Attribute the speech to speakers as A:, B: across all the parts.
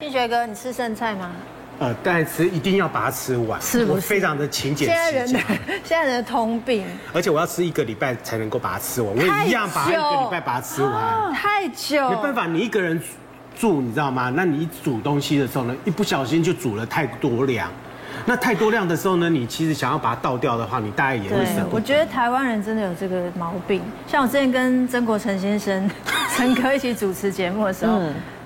A: 俊学哥，你吃剩菜吗？
B: 呃，但吃一定要把它吃完，
A: 是不是
B: 我非常的勤俭
A: 现在
B: 持
A: 人的啊
B: 家，
A: 现在人的通病
B: 而且我要吃一个礼拜才能够把它吃完，我
A: 太
B: 也一样把它一
A: 久
B: 个礼拜把它吃完，
A: 太久，
B: 没办法，你一个人住，你知道吗？那你一煮东西的时候呢，一不小心就煮了太多量，那太多量的时候呢，你其实想要把它倒掉的话，你大概也
A: 对
B: 会舍，不
A: 我
B: 得。
A: 觉得台湾人真的有这个毛病。像我之前跟曾国成先生、 陈哥一起主持节目的时候，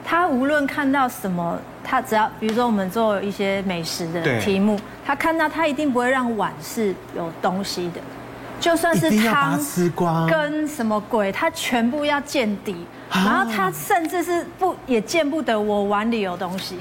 A: 他无论看到什么，他只要比如说我们做一些美食的
B: 对
A: 题目，他看到他一定不会让碗是有东西的，就算是
B: 一定要把它
A: 汤
B: 吃光
A: 跟什么鬼，他全部要见底。然后他甚至是不也见不得我碗里有东西，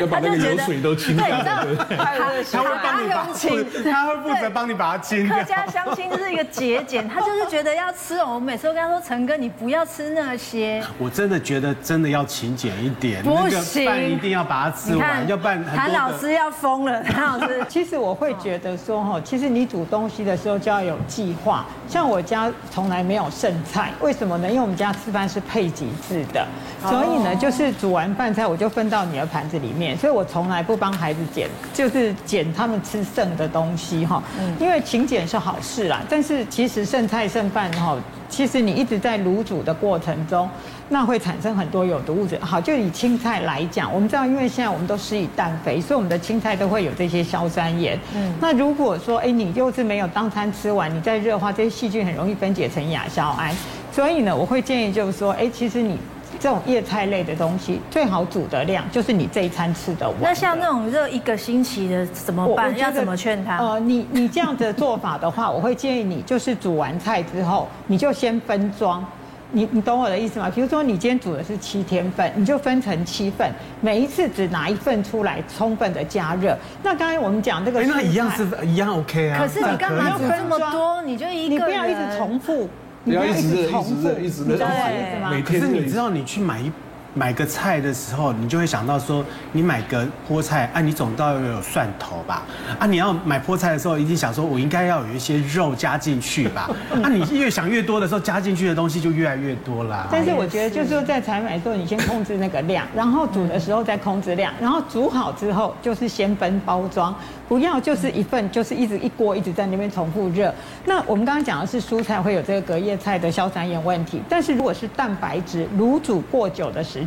C: 要把那个油水都清掉
A: 对，你知道，
B: 他会帮你把
A: 用情，
B: 他会负责帮你把它清掉
A: 客。家相亲就是一个节俭，他就是觉得要吃哦。我每次都跟他说：“陈哥，你不要吃那 些。
B: 我真的觉得真的要勤俭一点，
A: 不
B: 那个
A: 行
B: 饭一定要把它”吃
A: 你
B: 完，
A: 看，
B: 要不然很多
A: 谭
B: 的
A: 老师要疯了，谭老 师。
D: 其实我会觉得说，哈，其实你煮东西的时候就要有计划。像我家从来没有剩菜，为什么呢？因为我们家吃饭是配给制的，所以呢，就是煮完饭菜我就分到你的盘子里面，所以我从来不帮孩子捡，就是捡他们吃剩的东西，哈。因为勤俭是好事啦，但是其实剩菜剩饭，哈，其实你一直在卤煮的过程中。那会产生很多有毒物质。好，就以青菜来讲，我们知道，因为现在我们都施以氮肥，所以我们的青菜都会有这些硝酸盐。嗯，那如果说，哎，你又是没有当餐吃完，你再热化，这些细菌很容易分解成亚硝胺。所以呢，我会建议就是说，哎，其实你这种叶菜类的东西，最好煮的量就是你这一餐吃的完的。
A: 那像那种热一个星期的怎么
D: 我
A: 哦办？
D: 觉得
A: 要怎么劝他？
D: 呃，你你这样的做法的话，我 会建议你就是煮完菜之后，你就先分装。你你懂我的意思吗？比如说你今天煮的是七天份，你就分成七份，每一次只拿一份出来，充分的加热。那刚才我们讲这个
B: 哎，
D: 蔬菜，
B: 那一样是一样 OK 啊。
A: 可是你干
B: 那
A: 嘛
B: 可以
A: 煮这么多？你就一
D: 你
A: 个
D: 不
A: 人，
D: 要一直重复，
C: 不要一直热
D: 重复
C: 一直热一直热
D: 你懂我的意思
A: 对
D: 吗？
C: 每
B: 可
C: 天
B: 是你知道，你去买一买个菜的时候，你就会想到说，你买个菠菜啊，你总到要有蒜头吧？啊，你要买菠菜的时候，一定想说，我应该要有一些肉加进去 吧？啊，你越想越多的时候，加进去的东西就越来越多啦。
D: 但是我觉得，就是说在采买的时候，你先控制那个量，然后煮的时候再控制量，然后煮好之后就是先分包装，不要就是一份就是一直一锅一直在那边重复热。那我们刚刚讲的是蔬菜会有这个隔夜菜的硝酸盐问题，但是如果是蛋白质卤煮过久的时间，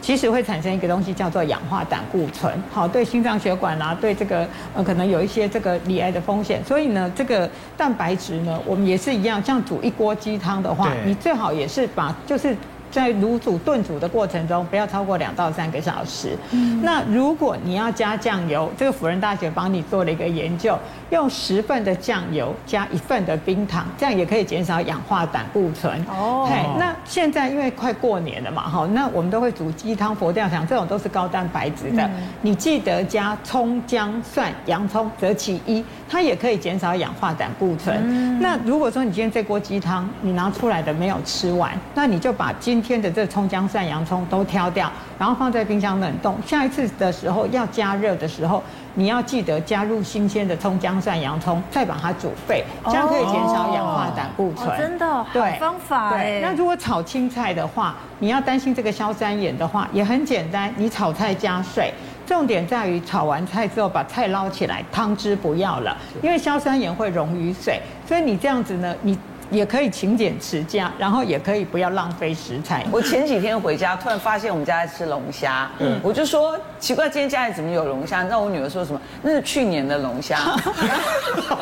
D: 其实会产生一个东西叫做氧化胆固醇，好对心脏血管啊，对这个呃可能有一些这个离癌的风险。所以呢，这个蛋白质呢，我们也是一样，像煮一锅鸡汤的话，
B: 对
D: 你最好也是把就是。在卤煮、炖煮的过程中，不要超过两到三个小时。那如果你要加酱油，这个辅仁大学帮你做了一个研究，用十份的酱油加一份的冰糖，这样也可以减少氧化胆固醇。
A: 哦
D: 哦，嘿，那现在因为快过年了嘛，哈，那我们都会煮鸡汤、佛跳墙，这种都是高蛋白质
A: 嗯
D: 的。你记得加葱、姜、蒜、洋葱，择其一，它也可以减少氧化胆固醇。
A: 嗯
D: 那如果说你今天这锅鸡汤你拿出来的没有吃完，那你就把今天的这葱、姜、蒜、洋葱都挑掉，然后放在冰箱冷冻。下一次的时候要加热的时候，你要记得加入新鲜的葱、姜、蒜、洋葱，再把它煮沸，这样可以减少氧化胆固醇。
A: 哦真的哦好
D: 对，
A: 方法哎
D: 对，那如果炒青菜的话，你要担心这个硝酸盐的话，也很简单，你炒菜加水。重点在于炒完菜之后把菜捞起来，汤汁不要了，因为硝酸盐会溶于水，所以你这样子呢，你也可以勤俭持家，然后也可以不要浪费食材。
E: 我前几天回家，突然发现我们家在吃龙虾，我就说奇怪，今天家里怎么有龙虾？你知道我女儿说什么？那是去年的龙虾，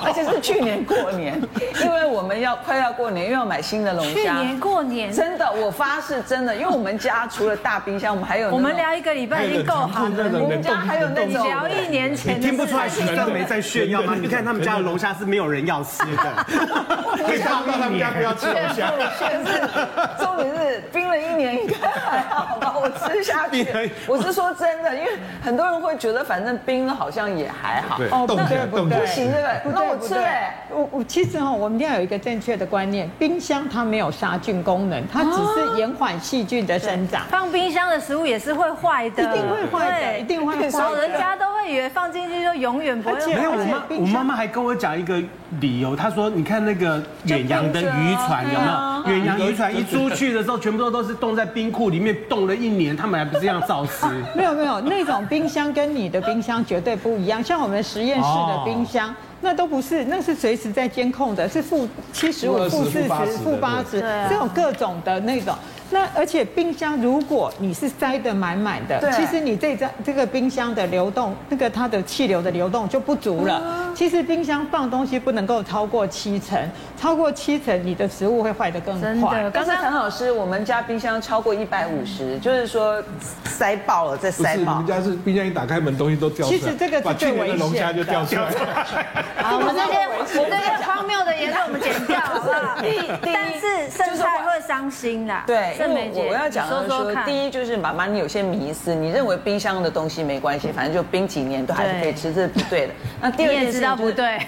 E: 而且是去年过年，因为我们要快要过年，又要买新的龙
A: 去
E: 虾。
A: 年过年，
E: 真的，我发誓真的，因为我们家除了大冰箱，我们还有那
A: 我
E: 种
A: 们聊一个礼拜已经够好
C: 那
A: 了，
C: 种
E: 我们家还有那
A: 你
E: 种
A: 聊一年前的
B: 听不出来
A: 事
B: 徐
A: 情
B: 正梅在炫耀吗？你看他们家的龙虾是没有人要吃 的，可以放到他们家不要吃龙虾。
E: 但是重点是冰了一年应该还好吧，我吃下去
B: 冰了一。
E: 我是说真的，因为很多人会觉得反正冰了好像也还好。
C: 对
D: 哦
C: 动起来
D: 不对不对
C: 动起来
E: 不行对
D: 不
E: 不
A: 哦
D: 对
E: 对？那我
D: 不
E: 吃
D: 对
E: 了欸。
D: 我我其实哈、我们一定要有一个正确的观念，冰箱它没有杀菌功能，它只是延缓细菌的生长。
A: 放冰箱的食物也是会坏的，
D: 一定会坏的
A: 哦对
D: 一定会坏的
A: 老人家都会会以为放进去就永远不会
D: 而且
B: 没有，我妈
D: 而且冰
B: 我
D: 箱
B: 妈妈还跟我讲一个理由，她说：“你看那个远洋的渔船有
D: 嗯
B: 没有？远洋渔船一出去的时候，全部都都是冻在冰库里面，冻了一年，他们还不是一样照吃？
D: 没有没有，那种冰箱跟你的冰箱绝对不一样。像我们实验室的冰箱，那都不是，那是随时在监控的，是负七十五、
C: 负20
D: 负四十、
C: 负
D: 负八
C: 80
D: 十
A: 对啊，
D: 这种各种的那种。那而且冰箱，如果你是塞得满满的
E: 对，
D: 其实你这张这个冰箱的流动，那个它的气流的流动就不足
A: 嗯
D: 了。其实冰箱放东西不能够超过七成，超过七成你的食物会坏得更
A: 真
D: 快。
A: 的，呃刚
E: 但是
A: 刚
E: 陈老师，我们家冰箱超过一百五十，就是说塞爆了，再
C: 不
E: 塞
C: 是，你
E: 爆
C: 们。家是冰箱一打开门，东西都掉出来。
D: 其实这个是
C: 把去
D: 最
C: 年
D: 危
C: 的
D: 险
C: 龙虾就掉出来了。
A: 好，我们这些我这些荒谬的言论我们剪掉好不 好？但是剩菜会伤心啦。
E: 对，因
A: 盛
E: 为
A: 梅姐，
E: 我我要讲的
A: 你
E: 是
A: 说
E: 说
A: 说，看，
E: 第一就是妈妈，你有些迷思，你认为冰箱的东西没关系，反正就冰几年都还是可以吃，这是不对的。那
A: 你
E: 第二件
A: 也
E: 事
A: 知道
E: 就是
A: 不对，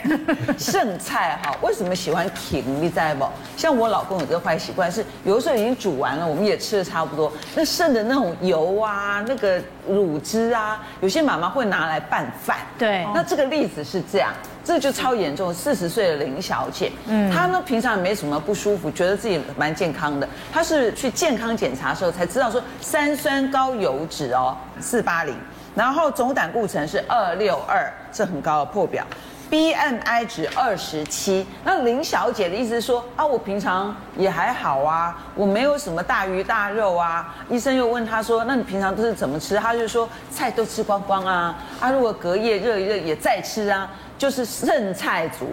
E: 剩菜哈，为什么喜欢停？你知道不？像我老公有这个坏习惯，是有的时候已经煮完了，我们也吃的差不多，那剩的那种油啊，那个乳汁啊，有些妈妈会拿来拌饭。
A: 对
E: 那这个例子是这样。这就超严重，四十岁的林小姐，嗯，她呢平常也没什么不舒服，觉得自己蛮健康的。她是去健康检查的时候才知道说三酸高油脂哦，四八零，然后总胆固醇是二六二，这很高的破表。BMI 值二十七，那林小姐的意思是说啊，我平常也还好啊，我没有什么大鱼大肉啊。医生又问她说，那你平常都是怎么吃？她就说菜都吃光光啊，啊，如果隔夜热一热也再吃啊，就是剩菜族。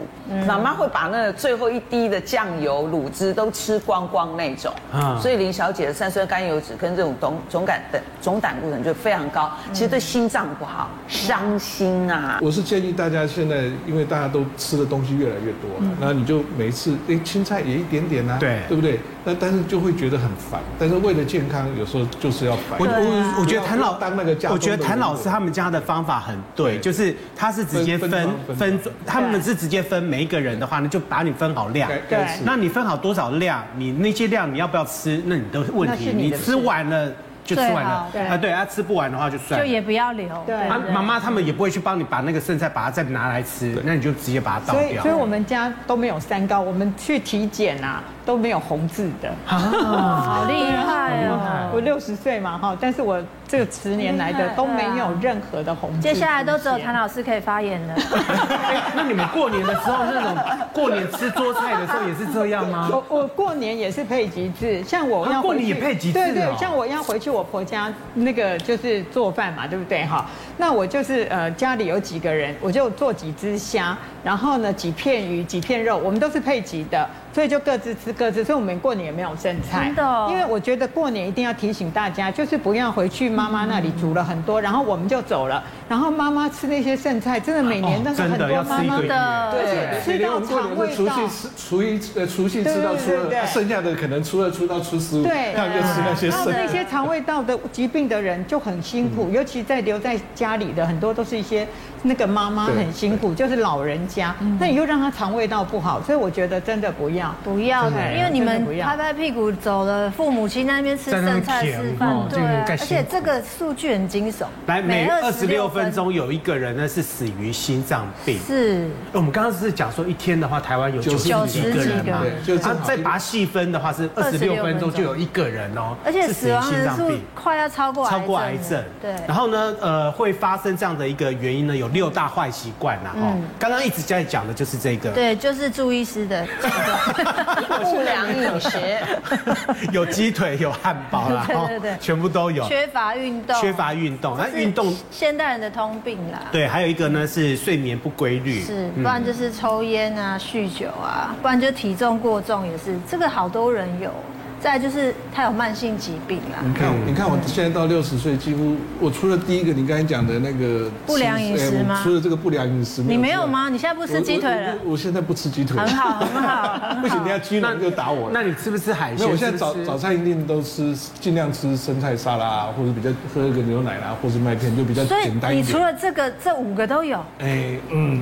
E: 妈妈会把那最后一滴的酱油、卤汁都吃光光那种。
B: 啊
E: 所以林小姐的三酸甘油脂跟这种总总胆的总胆固醇就非常高，其实对心脏不好，伤心啊。
C: 我是建议大家现在，因为大家都吃的东西越来越多
D: 嗯
C: 了，那你就每次哎青菜也一点点啊，
B: 对
C: 对不对？那但是就会觉得很烦，但是为了健康，有时候就是要 烦。
B: 我我我觉得谭老
C: 不要当那个家中的
B: 我觉得谭老师他们家的方法很对，
C: 对
B: 就是他是直接分
C: 分分房分房
B: 分，他们是直接分每一个人的话，那就把你分好量
C: 该。
D: 对
C: 该吃
B: 那你分好多少量，你那些量你要不要吃，那你的问
D: 那
B: 题。
D: 是你
B: 你
D: 的
B: 吃完了就吃完了，
D: 对好对
B: 啊对，啊吃不完的话就算
A: 就
B: 了。
A: 也不要留。对
D: 对
B: 啊
A: 不，对
B: 妈妈他们也不会去帮你把那个剩菜把它再拿来吃
C: 对，
B: 那你就直接把它倒
D: 所以，
B: 掉
D: 所以。我们家都没有三高，我们去体检啊都没有红字的。
A: 好厉害哦！
D: 我六十岁嘛哈，但是我这个十年来的都没有任何的红字。
A: 啊接下来都只有谭老师可以发言了。
B: 哎那你们过年的时候那种 过年吃桌菜的时候也是这样吗？
D: 我我过年也是配吉字，像我
B: 啊
D: 要
B: 过年
D: 回去
B: 也配吉字
D: 对
B: 哦
D: 对，像我要回去我婆家那个就是做饭嘛，对不对哈？那我就是呃家里有几个人，我就做几只虾，然后呢几片鱼、几片肉，我们都是配吉的，所以就各自吃各自，所以我们过年也没有剩菜。
A: 真的哦
D: 因为我觉得过年一定要提醒大家，就是不要回去妈妈那里煮了很
B: 嗯
D: 多，然后我们就走了，然后妈妈吃那些剩菜，真的每年但是
B: 哦真
D: 很
B: 的
D: 多
B: 要
D: 妈
B: 吃一
D: 妈
B: 个月。
A: 的，
E: 对
D: 吃
C: 连
D: 到
C: 我们过
D: 肠
C: 年会
D: 胃
C: 除
D: 道
C: 夕。吃，除夕呃除夕吃到初
D: 对对对
C: 二，剩下的可能初二初到初十五，
D: 对
C: 那就吃那些
D: 然后
C: 剩
D: 那
C: 的。
D: 些肠胃道的疾病的人就很辛
C: 嗯
D: 苦，尤其在留在家里的很多都是一些那个妈妈
C: 对嗯
D: 很辛苦，就是老人家，那你又让他肠胃道不好，所以我觉得真的不要。
A: 不要的，
D: 对
A: 因为你
D: 真
A: 们
D: 的不要
A: 拍拍屁股走了，父母亲那边吃
B: 在那
A: 剩
B: 边
A: 菜
B: 舔
A: 示范
B: 哦，
A: 对
B: 这
A: 啊
B: 个，该
A: 而
B: 辛苦
A: 且这个数据很惊悚，
B: 来，每二十
A: 26
B: 六分钟有一个人呢是死于心脏病。
A: 是
B: 我们刚刚是讲说一天的话，台湾有九
C: 九
B: 十
C: 十
B: 几个人嘛
A: 对，
C: 就正
B: 他
C: 好
B: 再把它细分的话是二十六
A: 26
B: 分钟就有一个人哦，
A: 而且
B: 是死
A: 死
B: 于
A: 亡
B: 心
A: 人
B: 脏
A: 数
B: 病。
A: 快要超过
B: 超过癌症
A: 了，对，
B: 然后呢，呃，会发生这样的一个原因呢，有六大坏习惯啦，哦，刚刚一直在讲的就是这个，
A: 嗯对，就是朱医师的，
E: 不良饮食，
B: 有鸡腿，有汉堡啦，
A: 对
B: 哦
A: 对对
B: 全部都有，
A: 缺乏运动，
B: 缺乏运动，那
A: 是
B: 运动
A: 现代人的通病啦，
B: 对，还有一个呢是睡眠不规律，
A: 是，不然就是抽烟啊、酗酒啊，不然就体重过重也是，这个好多人有。再来就是他有慢性疾病啊啦，
B: 嗯
C: 你看，你看，我现在到六十岁，几乎我除了第一个你刚才讲的那个
A: 不良饮食吗
C: 哎我除了这个不良饮食，
A: 你没
C: 之
A: 有
C: 外
A: 吗？你现在不吃鸡腿了
C: 我？我我我现在不吃鸡腿，
A: 很好，很好。
C: 不行，等一下居然就打我了。
B: 那你吃不吃海
C: 没
B: 鲜？
C: 有，我现在早
B: 是不是
C: 早餐一定都吃，尽量吃生菜沙拉啊，或者比较喝个牛奶啦，或者麦片，就比较
A: 所以
C: 简单一
A: 你除
C: 点。
A: 了这个，这五个都有，
C: 哎，嗯，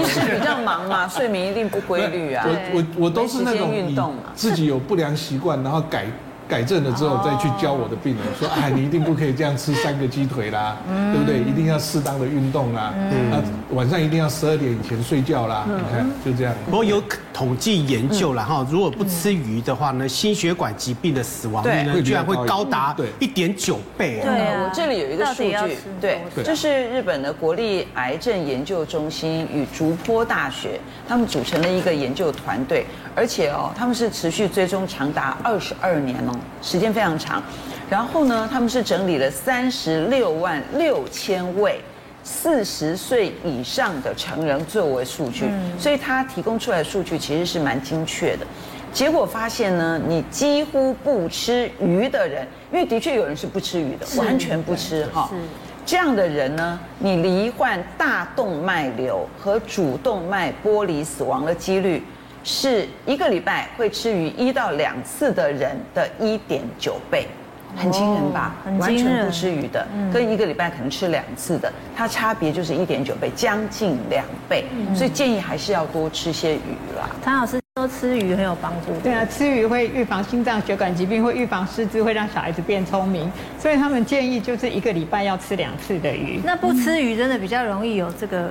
E: 医师比较忙嘛，睡眠一定不规律啊。
C: 我我我都是那种
E: 没时间运动嘛啊
C: 以自己有不良习惯，然后改改正了之后再去教我的病人说，哎，你一定不可以这样吃三个鸡腿啦，
E: 嗯
C: 对不对？一定要适当的运动啦，啊，晚上一定要十二点以前睡觉啦，
E: 嗯
C: 你看就这样。
B: 不过有统计研究了
A: 嗯
B: 哈，如果不吃鱼的话呢，心血管疾病的死亡率呢，
C: 对
B: 居然会高达
C: 对
B: 一点九倍。
A: 对啊
E: 我这里有一个数
A: 到底要
E: 据
A: 吃，
E: 对
A: 多，
C: 少
E: 这是日本的国立癌症研究中心与竹坡大学，他们组成了一个研究团队，而且哦，他们是持续追踪长达二十二年哦，时间非常长。然后呢，他们是整理了三十六万六千位。四十岁以上的成人作为数据，所以它提供出来的数据其实是蛮精确的。结果发现呢，你几乎不吃鱼的人，因为的确有人是不吃鱼的，完全不吃哈
A: 是。
E: 这样的人呢，你罹患大动脉瘤和主动脉剥离死亡的几率，是一个礼拜会吃鱼一到两次的人的一点九倍，很惊人吧？
A: 哦很
E: 完
A: 惊
E: 全嗯
A: 人
E: 不吃鱼的，跟一个礼拜可能吃两次的，它差别就是一点九倍，将近两倍。所以建议还是要多吃些鱼啦。
A: 谭老师说吃鱼很有帮助，
D: 对啊，吃鱼会预防心脏血管疾病，会预防失智，会让小孩子变聪明，所以他们建议就是一个礼拜要吃两次的鱼。
A: 那不吃鱼真的比较容易有这个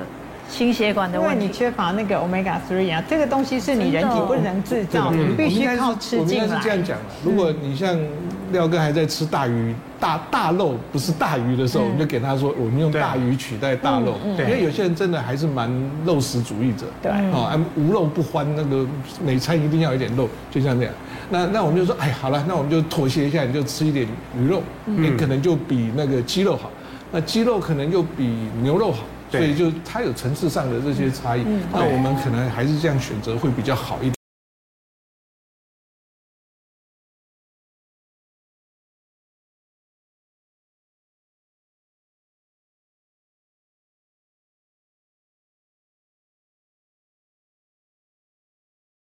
A: 心血管的
D: 因为
A: 问
D: 你
A: 题。
D: 缺乏那个 omega three 啊，这个东西是你人
C: 哦
D: 体不能制造，你必须靠吃
C: 我们应
D: 进
C: 该是这
D: 来
C: 样。讲的。如果你像廖哥还在吃大鱼、大大肉，不是大鱼的时候，
D: 嗯
C: 我们就给他说，我们用
B: 对
C: 大鱼取代大肉，
B: 对
C: 因为有些人真的还是蛮肉食主义者，
D: 对
C: 哦，啊无肉不欢，那个每餐一定要有一点肉，就像这样。那那我们就说，哎，好了，那我们就妥协一下，你就吃一点鱼肉，
D: 嗯
C: 你可能就比那个鸡肉好，那鸡肉可能又比牛肉好。所
B: 对
D: 嗯
C: 以就它有层次上的这些差异，那我们可能还是这样选择会比较好一点。